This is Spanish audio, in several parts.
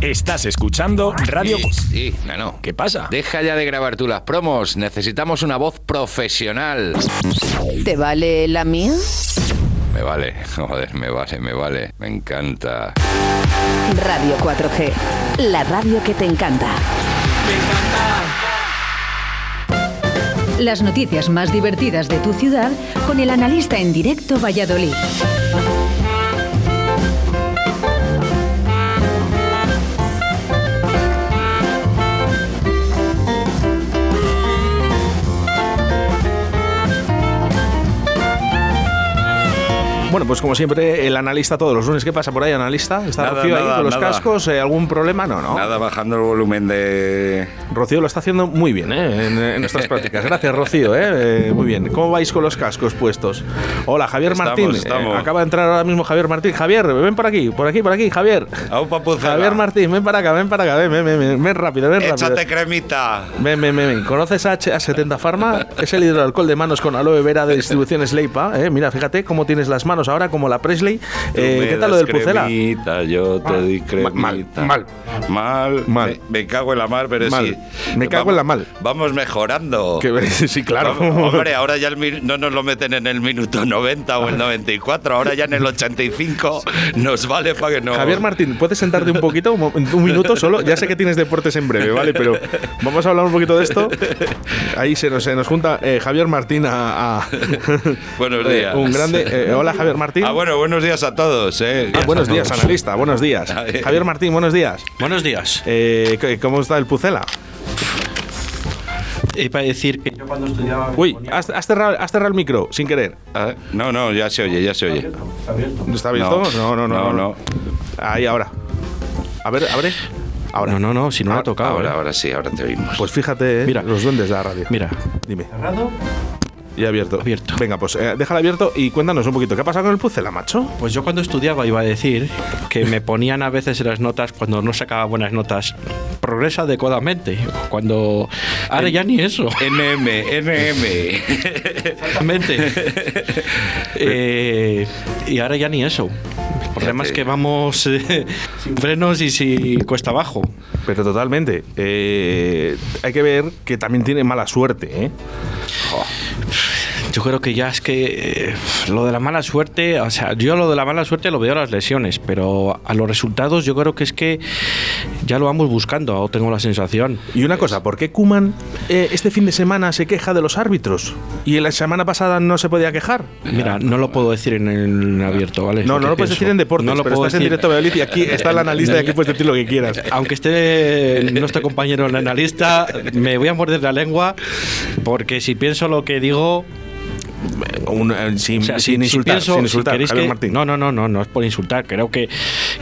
Estás escuchando Radio... Sí, sí, no, no. ¿Qué pasa? Deja ya de grabar tú las promos. Necesitamos una voz profesional. ¿Te vale la mía? Me vale, joder, me vale, me vale. Me encanta. Radio 4G, la radio que te encanta. Las noticias más divertidas de tu ciudad con el analista en directo Valladolid. Bueno, pues como siempre, el analista todos los lunes. ¿Qué pasa por ahí, analista? ¿Está Nada, Rocío ahí nada, con los nada. cascos? Eh, ¿Algún problema? No, no. Nada, bajando el volumen de... Rocío lo está haciendo muy bien ¿eh? en, en nuestras prácticas. Gracias, Rocío. ¿eh? Eh, Muy bien. ¿Cómo vais con los cascos puestos? Hola, Javier Estamos, Martín. Eh, estamos. acaba de entrar ahora mismo Javier Martín. Javier, ven por aquí, por aquí, por aquí, Javier. Aupa, pucela. Javier Martín, ven para acá, ven para acá, ven, ven, ven, ven, ven rápido, ven rápido. Échate cremita. Ven, ven, ven, ven. ¿Conoces a HA70 Pharma? Es el hidroalcohol de manos con aloe vera de distribuciones Leipa. ¿eh? Mira, fíjate cómo tienes las manos ahora, como la Presley. Eh, Tú me ¿Qué tal lo das del Pucela? cremita, yo te Mal, di ma- cremita. mal, mal. Mal. Mal. Me, me cago en la mar, pero Mal. sí. Me cago en la mal. Vamos mejorando. Que- sí, claro. Vamos, Hombre, ahora ya el min- no nos lo meten en el minuto 90 o el 94, ahora ya en el 85 nos vale para que no. Javier Martín, ¿puedes sentarte un poquito, un, mo- un minuto solo? Ya sé que tienes deportes en breve, ¿vale? Pero vamos a hablar un poquito de esto. Ahí se nos, se nos junta eh, Javier Martín a... a- Buenos Eh, días. un grande... eh, hola, Javier Martín. Ah, bueno, buenos días Ah, a todos. eh. Ah, buenos días, a todos. analista. Buenos días. Javier Martín, buenos días. Buenos días. Eh, ¿qué- ¿Cómo está el Pucela? Y para decir que yo cuando estudiaba. Uy, has, has cerrado, has cerrado el micro, sin querer. Ah, No, no, ya se oye, ya se oye. ¿No está abierto? No, no, No, no. no. Ahí, ahora. A ver, abre. Ahora. No, no, no, si no lo Ahora- ha tocado. ahora, ¿eh? ahora sí, ahora te oímos. Pues fíjate, eh, Mira. los duendes de la radio. Mira, Dime. Y abierto. Abierto. Venga, pues eh, déjala abierto y cuéntanos un poquito. ¿Qué ha pasado con el Pucela, macho? pues yo cuando estudiaba iba a decir que me ponían a veces en las notas cuando no sacaba buenas notas. Progresa adecuadamente. Cuando. Ahora ya ni eso. NM, NM. Exactamente. Eh, y ahora ya ni eso. El problema es que vamos eh, sin frenos y si cuesta abajo. Pero totalmente. eh, hay que ver que también tiene mala suerte, ¿eh? Yo creo que ya es que eh, lo de la mala suerte, o sea, yo lo de la mala suerte lo veo a las lesiones, pero a los resultados yo creo que es que ya lo vamos buscando, o tengo la sensación. Y una cosa, ¿por qué Kuman este fin de semana se queja de los árbitros? Y la semana pasada no se podía quejar. Mira, no lo puedo decir en el abierto, ¿vale? Es No, lo no que lo puedes pienso. decir en deportes, No lo pero puedo estás en decir. directo eh. Valladolid y aquí está el analista y aquí puedes decir lo que quieras. Aunque esté nuestro compañero el analista, me voy a morder la lengua porque si pienso lo que digo, Un, eh, sin, O sea, sin si- si insultar, pienso- sin si insultar, queréis Javier que- Martín. No, no, no, no, no es por insultar. Creo que,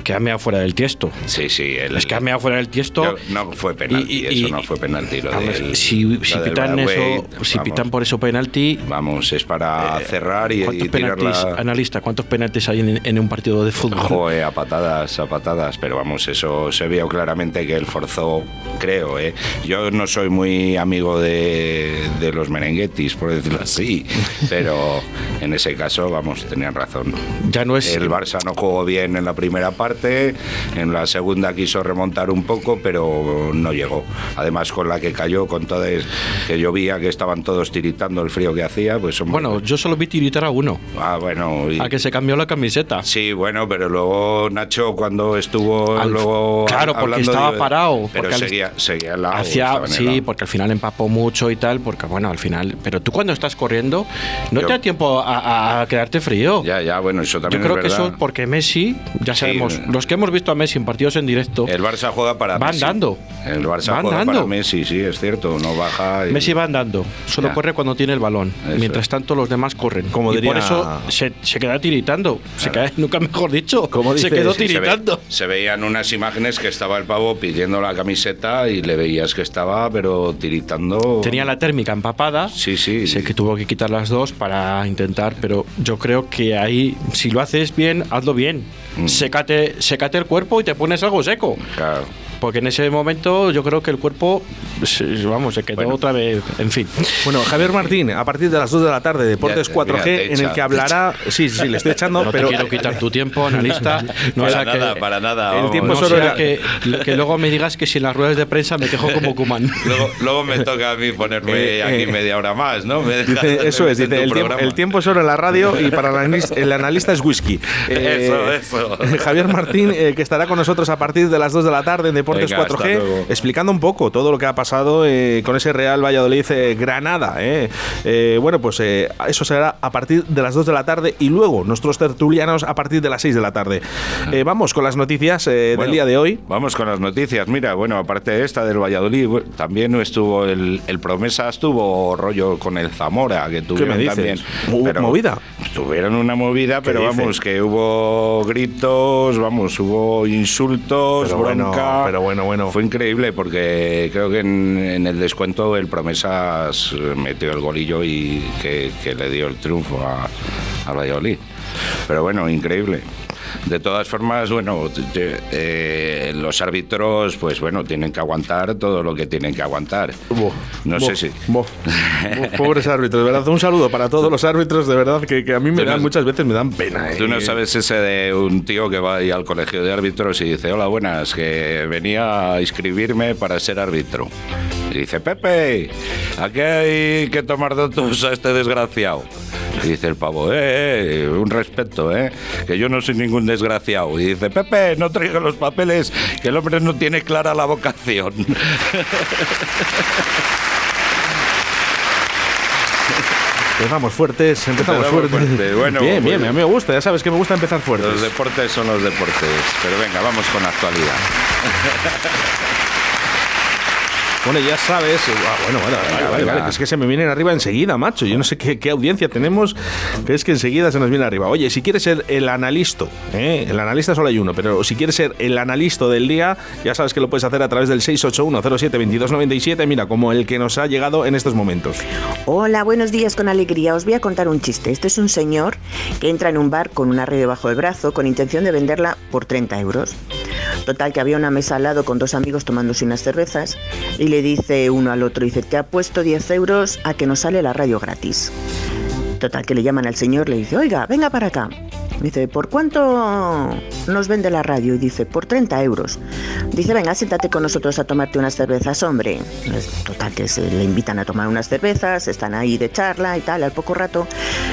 que ha meado fuera del tiesto. Sí, sí, el. Es que ha meado fuera del tiesto. Yo- no fue penalti, Y- y- eso y- no fue penalti. Lo Vamos, del- si lo si del pitan Baraway, eso, si vamos, pitan por eso penalti. Vamos, es para cerrar y, ¿Cuántos y tirar Eh, penaltis, Ah, la. analista, cuántos penaltis hay en, en un partido de fútbol? Joe, a patadas, a patadas, pero vamos, eso se vio claramente que él forzó, creo, ¿eh? Yo no soy muy amigo de, de los merenguetis, por decirlo así, pero en ese caso, vamos, tenían razón. Ya no es. El Barça no jugó bien en la primera parte, en la segunda quiso remontar un poco, pero no llegó. Además, con la que cayó, con todo es- que llovía, que estaban todos tiritando el frío que hacía, pues hombre, bueno, yo solo vi tiritar a uno, ah, bueno, y- a que se cambió la camiseta. Sí, bueno, pero luego Nacho cuando estuvo Al- luego claro, porque hablando estaba de- parado, pero porque al- seguía, seguía al lado, Hacia, estaba en el sí, lado. porque al final empapó mucho y tal, porque bueno, al final. Pero tú cuando estás corriendo, no Yo- te da tiempo a, a- a quedarte frío. ya, ya, bueno, eso Yo también creo es que verdad. eso porque Messi, ya Sí. sabemos, los que hemos visto a Messi en partidos en directo, el Barça juega para Van Messi. dando. El Barça Van juega para dando. Messi, sí, es cierto, no baja. y- Messi va andando, solo Ya. corre cuando tiene el balón. Eso Mientras es. tanto, los demás corren. Como y diría- por eso se, se queda tiritando. Se queda, nunca mejor dicho, Como dice- se quedó sí, Sí, se ve- tiritando. Se, veían unas imágenes que estaba el pavo pidiendo la camiseta y le veías que estaba, pero tiritando. Tenía la térmica empapada. Sí, sí. Sé que tuvo que quitar las dos para intentar, pero yo creo que ahí, si lo haces bien, hazlo bien. Sécate, sécate el cuerpo y te pones algo seco. Claro. porque en ese momento yo creo que el cuerpo, se- vamos, se quedó otra vez, en fin. Bueno, Javier Martín, a partir de las 2 de la tarde, Deportes Ya, 4G, mira, te en el echa, que te hablará. Sí, sí, le estoy echando, No pero. te quiero quitar tu tiempo, analista. No para sea que, nada, para nada. el vamos. tiempo no solo sea era- que, que luego me digas que si en las ruedas de prensa me quejo como Kuman. Luego, luego me toca a mí ponerme Eh, aquí eh. media hora más, ¿no? Me dejas- Dice, eso me es, metes en dice, tu el, tiempo, programa. el tiempo es oro en la radio y para el analis- el analista es whisky. Eh, Eso, eso. Javier Martín, eh, que estará con nosotros a partir de las 2 de la tarde en Deportes Venga, hasta 4G, luego. explicando un poco todo lo que ha pasado eh, con ese Real Valladolid eh, Granada. eh. Eh, bueno, pues eh, eso será a partir de las 2 de la tarde y luego nuestros tertulianos a partir de las 6 de la tarde. Eh, vamos con las noticias eh, del Bueno, día de hoy. Vamos con las noticias. Mira, bueno, aparte de esta del Valladolid, bueno, también estuvo el, el Promesas, tuvo rollo con el Zamora, que tuvieron me dices? también. ¿Hubo movida? Tuvieron una movida, pero dices? vamos, que hubo gritos, vamos, hubo insultos, Pero bueno, bronca. pero bueno, bueno. Fue increíble porque creo que en, en el descuento el Promesas eh, metió el golillo y que, que le dio el triunfo a, a Valladolid. Pero bueno, increíble. De todas formas, bueno, te- te- eh, los árbitros, pues bueno, tienen que aguantar todo lo que tienen que aguantar. Buh, No buh, sé si. buh, buh, pobres árbitros, de verdad. Un saludo para todos los árbitros, de verdad, que, que a mí me Tú no- dan muchas veces me dan pena. Tú no eh. sabes ese de un tío que va ahí al colegio de árbitros y dice, hola, buenas, que venía a inscribirme para ser árbitro. Y dice, Pepe, aquí hay que tomar datos a este desgraciado. Y dice el pavo, eh, eh, un respeto, eh, que yo no soy ningún desgraciado. Y dice, Pepe, no traiga los papeles, que el hombre no tiene clara la vocación. Empezamos fuertes, empezamos Empezamos fuertes. fuerte, bueno, bien, bien, bueno. a mí me gusta, ya sabes que me gusta empezar fuertes. Los deportes son los deportes. Pero venga, vamos con la actualidad. Bueno, ya sabes. ah, bueno, bueno, vale, vale, venga. vale, que es que se me vienen arriba enseguida, macho. Yo no sé qué, qué audiencia tenemos, que es que enseguida se nos viene arriba. Oye, si quieres ser el analista, ¿eh? el analista solo hay uno, pero si quieres ser el analista del día, ya sabes que lo puedes hacer a través del 681072297, mira, como el que nos ha llegado en estos momentos. Hola, buenos días con alegría. Os voy a contar un chiste. Este es un señor que entra en un bar con una red bajo el brazo con intención de venderla por 30 euros. Total, que había una mesa al lado con dos amigos tomándose unas cervezas y le dice uno al otro, dice, te apuesto 10 euros a que nos sale la radio gratis. Total, que le llaman al señor, le dice, oiga, venga para acá. Dice, ¿por cuánto nos vende la radio? Y dice, por 30 euros. Dice, venga, siéntate con nosotros a tomarte unas cervezas, hombre. Es Total, que se le invitan a tomar unas cervezas, están ahí de charla y tal, al poco rato.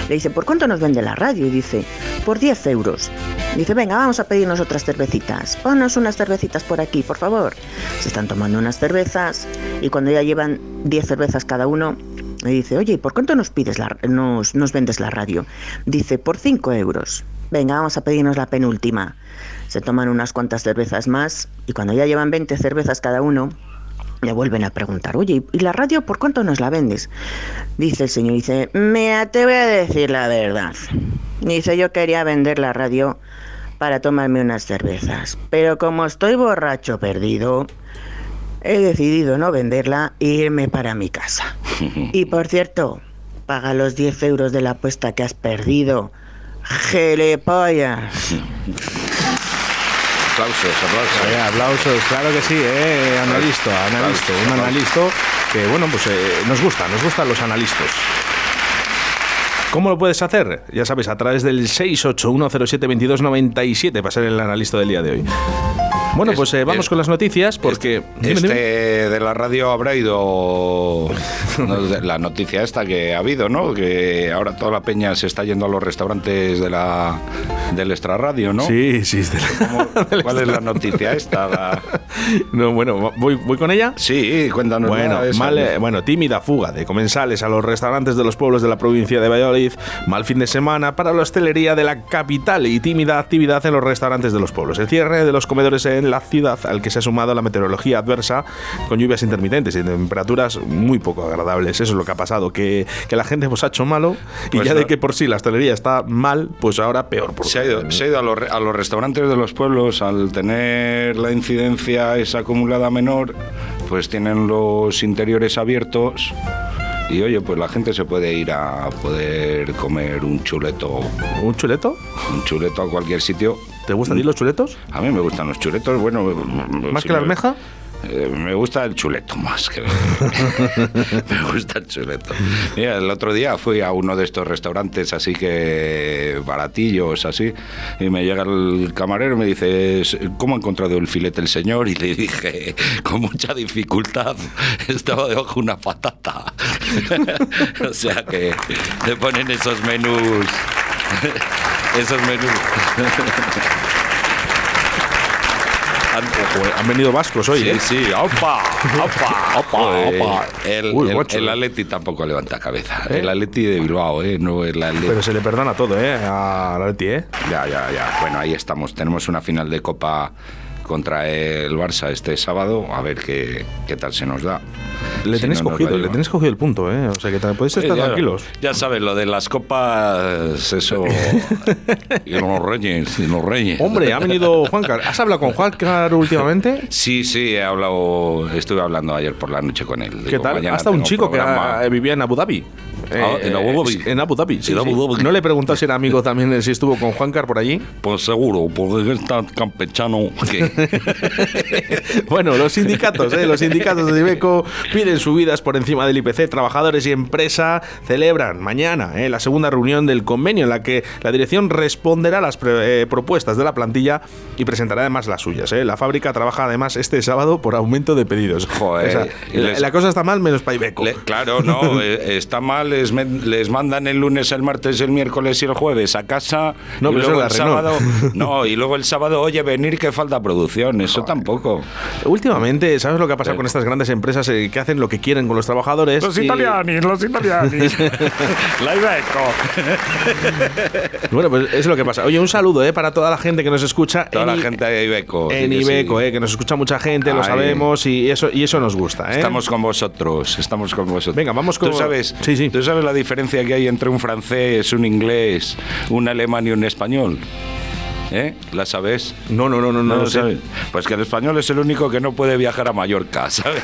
Le dice, ¿por cuánto nos vende la radio? Y dice, por 10 euros. Dice, venga, vamos a pedirnos otras cervecitas. Ponnos unas cervecitas por aquí, por favor. Se están tomando unas cervezas y cuando ya llevan 10 cervezas cada uno, me dice, oye, ¿y por cuánto nos pides la, nos, nos vendes la radio? Dice, por 5 euros. Venga, vamos a pedirnos la penúltima. Se toman unas cuantas cervezas más y cuando ya llevan 20 cervezas cada uno, le vuelven a preguntar, oye, ¿y la radio por cuánto nos la vendes? Dice el señor, dice, mira, te voy a decir la verdad. Dice, yo quería vender la radio para tomarme unas cervezas, pero como estoy borracho perdido, he decidido no venderla e irme para mi casa. Y por cierto, paga los 10 euros de la apuesta que has perdido. ¡Gelepollas! Aplausos, aplausos. Eh, aplausos, claro que sí, eh, analista, analista, Aplausos, un aplausos. analista que, bueno, pues eh, nos gusta, nos gustan los analistas. ¿Cómo lo puedes hacer? Ya sabes, a través del 681072297 para ser el analista del día de hoy. Bueno, Es- pues eh, vamos es- con las noticias porque... Dime, este dime. de la radio habrá ido no, de la noticia esta que ha habido, ¿no? Que ahora toda la peña se está yendo a los restaurantes de la del extrarradio, ¿no? Sí, este. sí. es de la- ¿Cómo- ¿Cuál es la noticia esta? La- No, bueno, voy, voy con ella. Sí, cuéntanos. Bueno, la esa. mal, eh, bueno, tímida fuga de comensales a los restaurantes de los pueblos de la provincia de Valladolid, mal fin de semana para la hostelería de la capital y tímida actividad en los restaurantes de los pueblos. El cierre de los comedores en la ciudad al que se ha sumado la meteorología adversa con lluvias intermitentes y temperaturas muy poco agradables. Eso es lo que ha pasado, que, que la gente pues ha hecho malo y Pues ya no. de que por sí la hostelería está mal, pues ahora peor. por- Se ha ido, se ha ido a, los, re- a los restaurantes de los pueblos, al tener la incidencia esa acumulada menor, pues tienen los interiores abiertos y oye, pues la gente se puede ir a poder comer un chuleto ¿Un chuleto? un chuleto a cualquier sitio ¿Te gustan a ti los chuletos? A mí me gustan los chuletos, bueno... ¿Más si que la me- almeja? Eh, me gusta el chuleto más que... me gusta el chuleto. Mira, el otro día fui a uno de estos restaurantes así que baratillos, así, y me llega el camarero y me dice, "Es- ¿cómo ha encontrado el filete el señor? Y le dije, con mucha dificultad, estaba debajo una patata. o sea que te ponen esos menús... esos menús... Joder, Pues han venido vascos hoy, Sí, ¿eh? sí, opa, opa, opa, Joder. opa. El, Uy, el- macho. el Atleti tampoco levanta cabeza. ¿Eh? El Atleti de Bilbao, ¿eh? No el Atleti. Pero se le perdona todo, ¿eh? A la Leti, ¿eh? Ya, ya, ya. Bueno, ahí estamos. Tenemos una final de Copa contra el Barça este sábado. A ver qué, qué tal se nos da. Le Si tenéis no nos la cogido, le llevan. tenéis cogido el punto, ¿eh? O sea que te- podéis Sí, estar ya- tranquilos. Ya sabes, lo de las copas, eso. y los reyes, y los reyes. Hombre, ha venido Juancar. ¿Has hablado con Juancar últimamente? Sí, sí, he hablado, estuve hablando ayer por la noche con él. ¿Qué Digo, tal? mañana Hasta un tengo chico que programa. ah, vivía en Abu Dhabi. Eh, Ah, en Abu Dhabi. En Abu Dhabi, sí, En Abu sí. Dhabi. No le he preguntado si era amigo también, eh, si estuvo con Juancar por allí. Pues seguro, porque es tan campechano que... Bueno, los sindicatos, ¿eh? los sindicatos de Ibeco piden subidas por encima del IPC. Trabajadores y empresa celebran mañana ¿eh? la segunda reunión del convenio en la que la dirección responderá a las pre- eh, propuestas de la plantilla y presentará además las suyas. ¿eh? La fábrica trabaja además este sábado por aumento de pedidos. Joder, O sea, y la, les- la cosa está mal menos para Ibeco. Le- claro, no, eh, está mal, les, men- les mandan el lunes, el martes, el miércoles y el jueves a casa. No, y pero eso luego la el sábado, Renault. No, y luego el sábado, oye, venir que falta producción, eso tampoco. Últimamente, ¿sabes lo que ha pasado con estas grandes empresas eh, que hacen lo que quieren con los trabajadores? Los Y- italianos, los italianos. La Ibeco. Bueno, pues es lo que pasa. Oye, un saludo eh, para toda la gente que nos escucha. Toda en la I- gente de Ibeco. sí En que sí. Ibeco, eh, que nos escucha mucha gente, lo Ay. sabemos y eso, y eso nos gusta. ¿eh? Estamos con vosotros, estamos con vosotros. Venga, vamos con- ¿Tú sabes, Sí, sí. ¿Tú sabes la diferencia que hay entre un francés, un inglés, un alemán y un español? ¿Eh? ¿La sabes? No, no, no, no, no, No lo lo sé. sabes. Pues que el español es el único que no puede viajar a Mallorca, ¿sabes?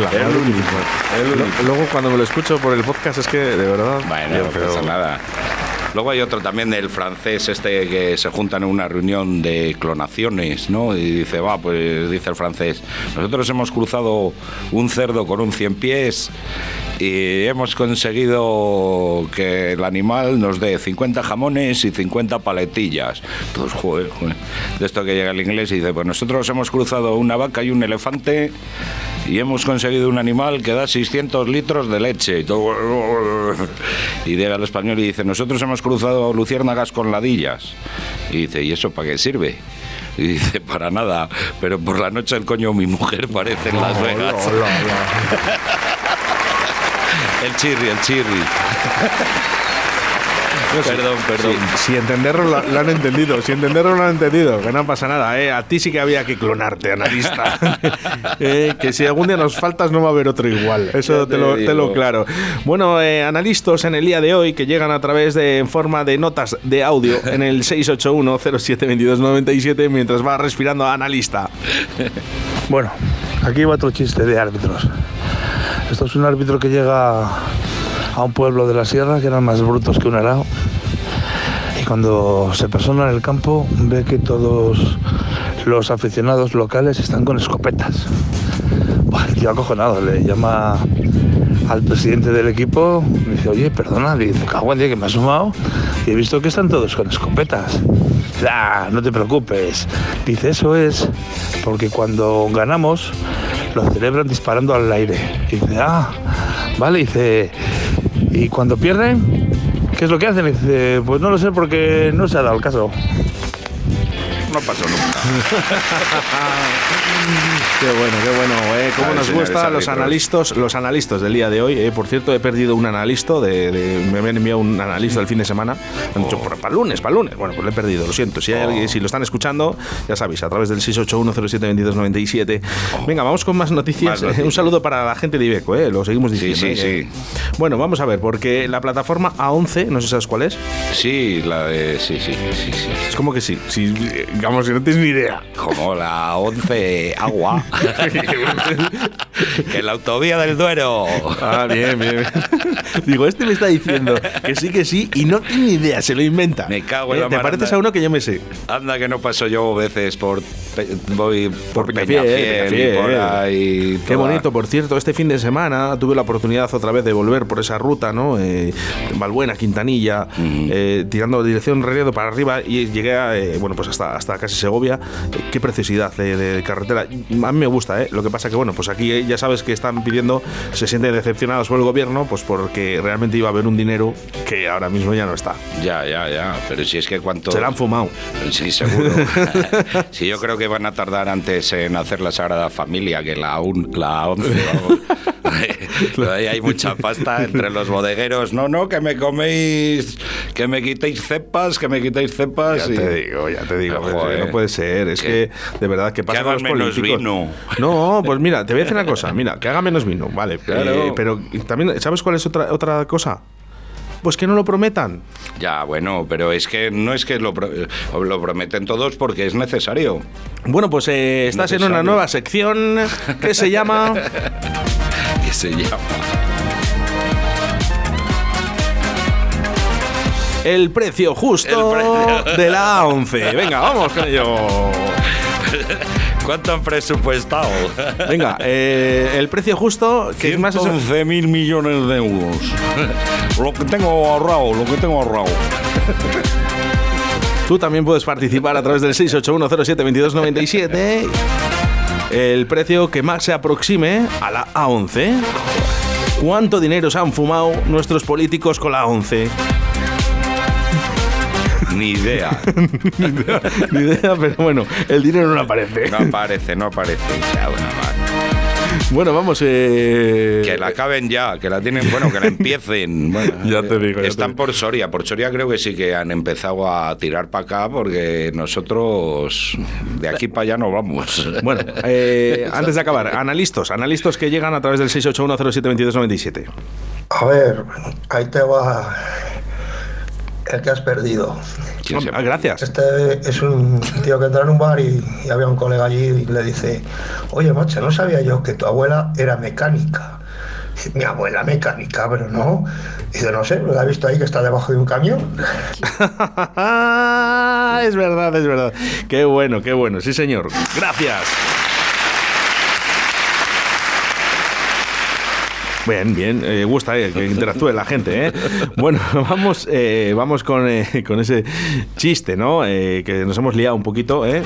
La madre único, mía. el Lo- único. Luego cuando me lo escucho por el podcast es que de verdad. Bueno, Dios, no pero- pasa nada. Luego hay otro también del francés este que se juntan en una reunión de clonaciones, ¿no? Y dice, va, pues dice el francés, nosotros hemos cruzado un cerdo con un cien pies y hemos conseguido que el animal nos dé 50 jamones y 50 paletillas. Entonces, joder, joder. De esto que llega el inglés y dice, pues nosotros hemos cruzado una vaca y un elefante y hemos conseguido un animal que da 600 litros de leche. Y, todo, y llega el español y dice, nosotros hemos cruzado luciérnagas con ladillas. Y dice, ¿y eso para qué sirve? Y dice, para nada, pero por la noche el coño de mi mujer parece en Las Vegas. El chirri, el chirri. perdón, perdón. Si entenderlo lo, lo han entendido, si entenderlo lo han entendido, que no pasa nada, ¿eh? A ti sí que había que clonarte, analista. Eh, que si algún día nos faltas no va a haber otro igual. Eso Ya te te lo, te lo digo. claro. Bueno, eh, analistas en el día de hoy que llegan a través de en forma de notas de audio en el 681-072297 mientras va respirando analista. Bueno, aquí va otro chiste de árbitros. Esto es un árbitro que llega a un pueblo de la sierra que eran más brutos que un arao. Y cuando se persona en el campo ve que todos los aficionados locales están con escopetas. Buah, el tío acojonado, le llama al presidente del equipo, y dice, oye, perdona, dice, cago en día que me ha sumado y he visto que están todos con escopetas. Dice, "Ah, no te preocupes. Dice, eso es porque cuando ganamos lo celebran disparando al aire. Y dice, ah, vale, dice, y cuando pierden, ¿qué es lo que hacen? dice, pues no lo sé porque no se ha dado el caso. No pasó nunca. Qué bueno, qué bueno, ¿eh? Cómo Ay, nos señores gusta árbitros. los analistas, los analistas del día de hoy. ¿eh? Por cierto, he perdido un analista, de, de- me habían enviado un analista el fin de semana. Me han dicho, para lunes, para lunes. Bueno, pues lo he perdido, lo siento. Si, hay alguien- si lo están escuchando, ya sabéis, a través del 681072297. Venga, vamos con más noticias. eh, Más noticias. un saludo para la gente de Ibeco, ¿eh? lo seguimos Sí, diciendo. sí, ¿eh? sí. Bueno, vamos a ver, porque la plataforma A11, no sé si sabes cuál es, Sí, la de. Sí, sí, sí, sí. es como que sí. Si eh, explicamos si no tienes ni idea. Como la 11 agua. en la autovía del Duero. Ah, bien, bien. Digo, este me está diciendo que sí, que sí, y no tiene ni idea, se lo inventa. Me cago en Eh, la Te maranda. pareces a uno que yo me sé. Anda que no paso yo veces por Pe- voy por, Peñafiel, Peñafiel, Peñafiel. y por ahí. Qué toda- bonito, por cierto, este fin de semana tuve la oportunidad otra vez de volver por esa ruta, ¿no? Eh, Valbuena, Quintanilla, eh, tirando dirección Renedo para arriba y llegué, a, eh, bueno, pues hasta, hasta casi Segovia. Eh, qué precisidad de, de carretera. A mí me gusta, ¿eh? Lo que pasa que, bueno, pues aquí eh, ya sabes que están pidiendo, se sienten decepcionados por el gobierno, pues porque realmente iba a haber un dinero que ahora mismo ya no está. Ya, ya, ya. Pero si es que cuánto. Se la han fumado. Sí, seguro. sí, yo creo que van a tardar antes en hacer la Sagrada Familia que la, un, la 11. vamos. Ahí hay mucha pasta entre los bodegueros. No, no, que me coméis, que me quitéis cepas, que me quitéis cepas. Ya y- te digo, ya te digo. Joder. pues, eh, No puede ser. Es Que- que, de verdad, que pasa que con haga los menos políticos. vino. No, pues mira, te voy a decir una cosa. Mira, que haga menos vino, vale. Claro. eh, pero también, ¿sabes cuál es otra, otra cosa? Pues que no lo prometan. Ya, bueno, pero es que no es que lo, pro- eh, lo prometen todos porque es necesario. Bueno, pues eh, estás en una Necesario. nueva sección que se llama... Que se llama. El precio justo El precio. de la 11. Venga, vamos con ello. ¿Cuánto han presupuestado? Venga, eh, el precio justo que es más... eso- mil millones de euros. Lo que tengo ahorrado, lo que tengo ahorrado. Tú también puedes participar a través del 681072297. El precio que más se aproxime a la A11. ¿Cuánto dinero se han fumado nuestros políticos con la A11? Ni idea. Ni idea, pero bueno, el dinero no aparece. No aparece, no aparece. Ya, bueno, va. Bueno, vamos. eh, Que la acaben ya, que la tienen, bueno, que la empiecen. Bueno, eh, Ya te digo, ya te Están digo. por Soria. Por Soria creo que sí que han empezado a tirar para acá porque nosotros de aquí para allá no vamos. Bueno, eh, antes de acabar, analistas, analistas que llegan a través del 681072297. A ver, ahí te va el que has perdido. ¿Quién se- Ah, gracias. Este es un tío que entra en un bar y, y había un colega allí y le dice, oye macho, no sabía yo que tu abuela era mecánica. Dice, Mi abuela mecánica, pero no. Dice, no sé, la he visto ahí que está debajo de un camión. es verdad, es verdad. Qué bueno, qué bueno. Sí, señor. Gracias. Bien, bien, eh, gusta eh, que interactúe la gente. ¿eh? Bueno, vamos, eh, vamos con, eh, con ese chiste, ¿no? Eh, que nos hemos liado un poquito. ¿eh?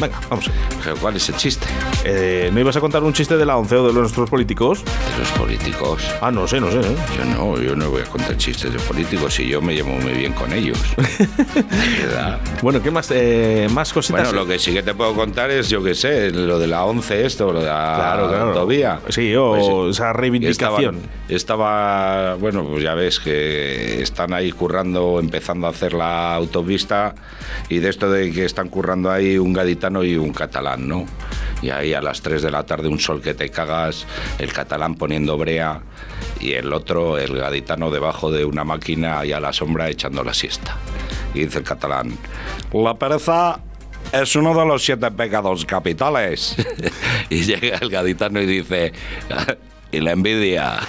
Venga, vamos. Pero ¿Cuál es el chiste Eh, ¿No ibas a contar un chiste de la 11 o de nuestros políticos? de los políticos? Ah, no sé, no sé. ¿eh? Yo no, yo no voy a contar chistes de políticos y yo me llevo muy bien con ellos. De verdad. Bueno, ¿qué más, eh, más cositas? Bueno, lo que sí que te puedo contar es, yo qué sé, lo de la 11 esto, lo de la Claro, claro. autovía. Sí, o Pues, esa reivindicación. Estaban- Estaba, bueno, pues ya ves que están ahí currando, empezando a hacer la autopista y de esto de que están currando ahí un gaditano y un catalán, ¿no? Y ahí a las 3 de la tarde un sol que te cagas, el catalán poniendo brea y el otro, el gaditano debajo de una máquina y a la sombra echando la siesta. Y dice el catalán, la pereza es uno de los siete pecados capitales. y llega el gaditano y dice, y la envidia.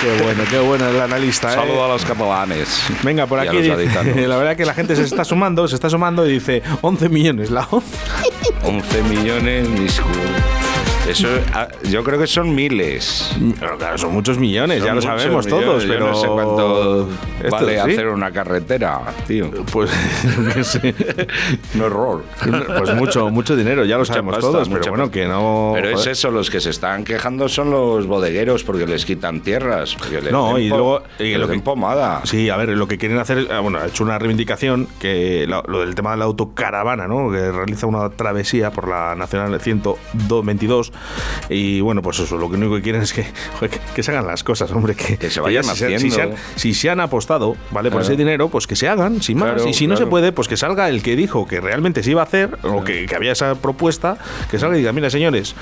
Qué bueno, qué bueno el analista. ¿eh? Saludo a los catalanes. Venga, por Y a aquí. los dice- gaditanos. la verdad que la gente se está sumando, se está sumando y dice 11 millones, la 11. 11 millones, disco. Eso, ah, yo creo que son miles. Pero claro, son muchos millones, Mm. Son ya lo muchos sabemos millones. todos, Yo pero. no sé cuánto Esto, vale ¿sí? hacer una carretera, tío. Pues, no sé. Un error. pues mucho, mucho dinero, ya lo sabemos pasta, todos, pero mucha bueno, pasta. que no. Pero es Oh, joder. eso, los que se están quejando son los bodegueros porque les quitan tierras. porque les No, den y po- luego- y les lo que- den pomada. Sí, a ver, lo que quieren hacer, eh, bueno, ha hecho una reivindicación que la- lo del tema de la autocaravana, ¿no? Que realiza una travesía por la Nacional 122 y bueno, pues eso, lo que único que quieren es que, joder, que, que se hagan las cosas, hombre, que, Que se vayan ya si se- si haciendo. se han- si se han apostado, ¿vale? Por Claro. ese dinero, pues que se hagan, sin más. Claro, y si no se claro. puede, pues que salga el que dijo que realmente se iba a hacer, o que, que había esa propuesta, que salga y diga, mira, señores,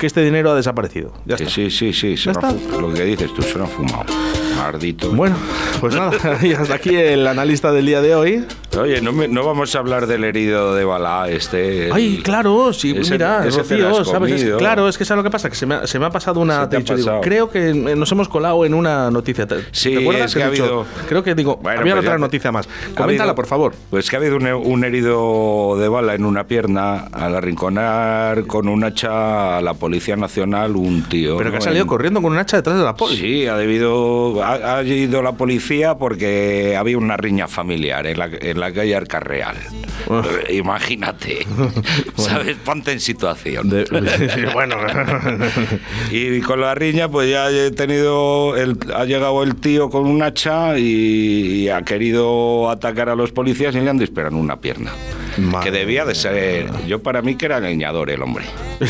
que este dinero ha desaparecido. Ya Sí, está. sí, sí, sí, Ya suena está. fu- lo que dices tú, suena fumado. Ardito. Bueno, pues nada, y hasta aquí el analista del día de hoy. Oye, no, me- no vamos a hablar del herido de Balá, este. el- Ay, claro, sí, ese- mira, ese te lo Rocío, has ¿sabes? Es- comido. claro, es que ¿sabes lo que pasa? Que se me ha, se me ha pasado una... Se te ha te he dicho, digo, pasado. creo que eh, nos hemos colado en una noticia. ¿Te, Sí, ¿te acuerdas? es que he ha dicho, habido- Creo que digo, Bueno, había pues ya otra te- noticia más. ha Coméntala, habido- por favor. Pues que ha habido un, un herido de bala en una pierna al arrinconar con un hacha a la Policía Nacional un tío. Pero que ¿no? ha salido En- corriendo con un hacha detrás de la poli. Sí, ha debido. Ha, ha ido la policía porque había una riña familiar en la, en la calle Arcarreal. Ah. Imagínate. ¿Sabes? Ponte en situación. De- bueno, Y con la riña, pues ya he tenido. El, ha llegado el tío con un hacha y, y ha querido atacar a los policías y le han disparado en una pierna. Madre que debía de ser. Yo para mí que era leñador el hombre.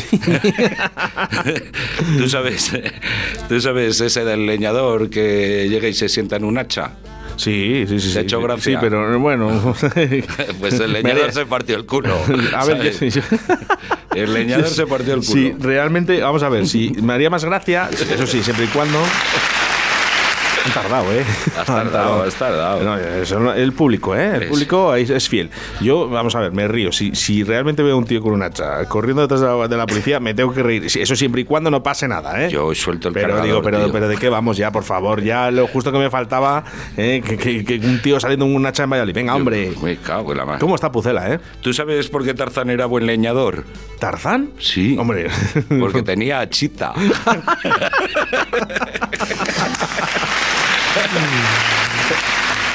tú sabes, tú sabes ese del leñador que llega y se sienta en un hacha. sí, sí, sí. Se ha sí, hecho sí, gracia. Sí, pero bueno. Pues el leñador se partió el culo. A ver, ¿sabes? yo- yo- El leñador se partió el culo. Sí, realmente, vamos a ver, si me haría más gracia, eso sí, siempre y cuando. Han tardado, ¿eh? Has tardado, has tardado. No, eso no- el público, ¿eh? El Es- público es, es fiel. Yo, vamos a ver, me río. Si, si realmente veo a un tío con un hacha corriendo detrás de la, de la policía, me tengo que reír. Sí, Eso siempre y cuando no pase nada, ¿eh? Yo suelto el pero cargador, digo, pero, tío. pero ¿de qué vamos ya, por favor? Ya lo justo que me faltaba, ¿eh? que, que- que un tío saliendo con un hacha en Valladolid. Venga, hombre. Me cago en la madre. ¿Cómo está Pucela, eh? ¿Tú sabes por qué Tarzán era buen leñador? ¿Tarzán? Sí. Hombre. Porque tenía achita.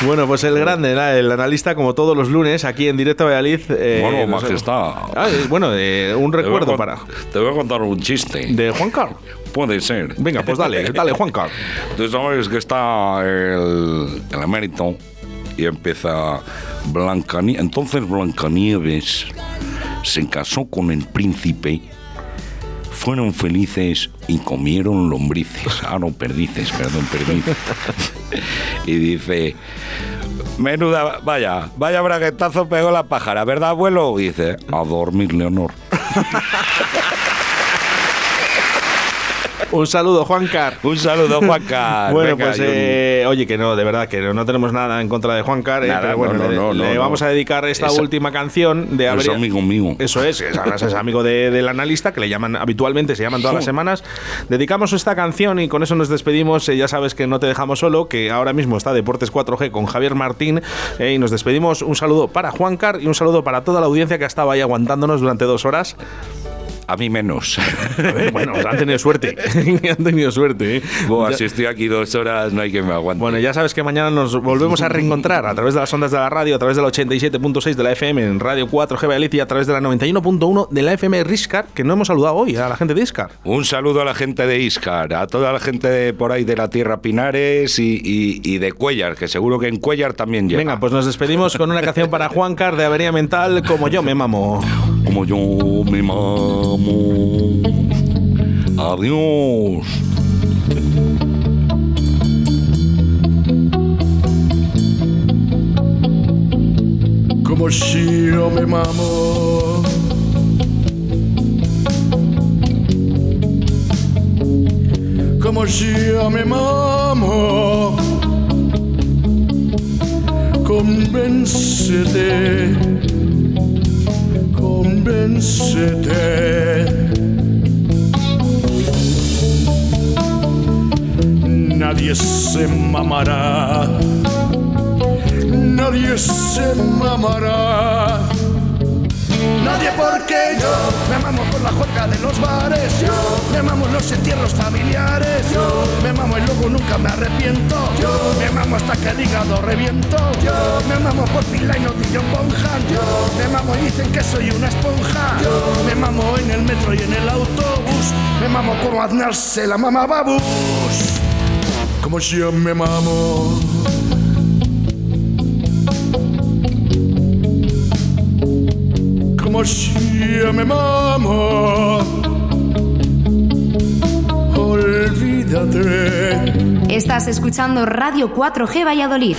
Bueno, pues el grande, la- el analista, como todos los lunes, aquí en Directo Valladolid. eh, Bueno, nos- oh, majestad. Ah, eh, bueno, eh, un Te voy a recuerdo cont- para. Te voy a contar un chiste. De Juan Carlos. Puede ser. Venga, pues dale, dale, Juan Carlos. Tú sabes que está el, el emérito y empieza Blancanieves. Entonces Blancanieves se casó con el príncipe. Fueron felices y comieron lombrices. Ah, no, perdices, perdón, perdices. y dice, menuda, vaya, vaya braguetazo pegó la pájara, ¿verdad, abuelo? Y dice, a dormir, Leonor. Un saludo, Juan Carlos. Un saludo, Juanca. Bueno, Venga, pues y un- eh, oye, que no, de verdad, que no, no tenemos nada en contra de Juan Carlos, Nada, pero bueno, no, no, le, no, no, le no. vamos a dedicar esta Esa- última canción de Es Abril. amigo mío. Eso es, es, además es amigo de- del analista, que le llaman habitualmente, se llaman todas las semanas. Dedicamos esta canción y con eso nos despedimos. Eh, ya sabes que no te dejamos solo, que ahora mismo está Deportes 4G con Javier Martín. eh, y nos despedimos. Un saludo para Juancar y un saludo para toda la audiencia que ha estado ahí aguantándonos durante dos horas. A mí menos. Bueno, han tenido suerte. han tenido suerte. eh. Buah, Ya- si estoy aquí dos horas, no hay que me aguante. Bueno, ya sabes que mañana nos volvemos a reencontrar a través de las ondas de la radio, a través de la 87.6 de la FM en Radio 4G Valladolid y a través de la 91.1 de la FM Riscar, que no hemos saludado hoy a la gente de Riscar. Un saludo a la gente de Iscar, a toda la gente de por ahí de la Tierra Pinares y, y- y de Cuellar, que seguro que en Cuellar también llega. Venga, pues nos despedimos con una canción para Juancar de Avería Mental, como yo me mamo. Como yo me mamo. Adiós. como si yo me mamo. Como si yo me mamo. Convéncete, convéncete. Nadie se mamará nadie se mamará. Nadie porque yo me mamo por la juerga de los bares, yo me mamo en los entierros familiares, yo me mamo y luego nunca me arrepiento, yo me mamo hasta que el hígado reviento, yo me mamo por fila y no yo ponjan, yo me mamo y dicen que soy una esponja, yo me mamo en el metro y en el autobús, me mamo como Aznar se la mama babus, como si yo me mamo. como si yo me mamo. Olvídate. Estás escuchando Radio 4G Valladolid.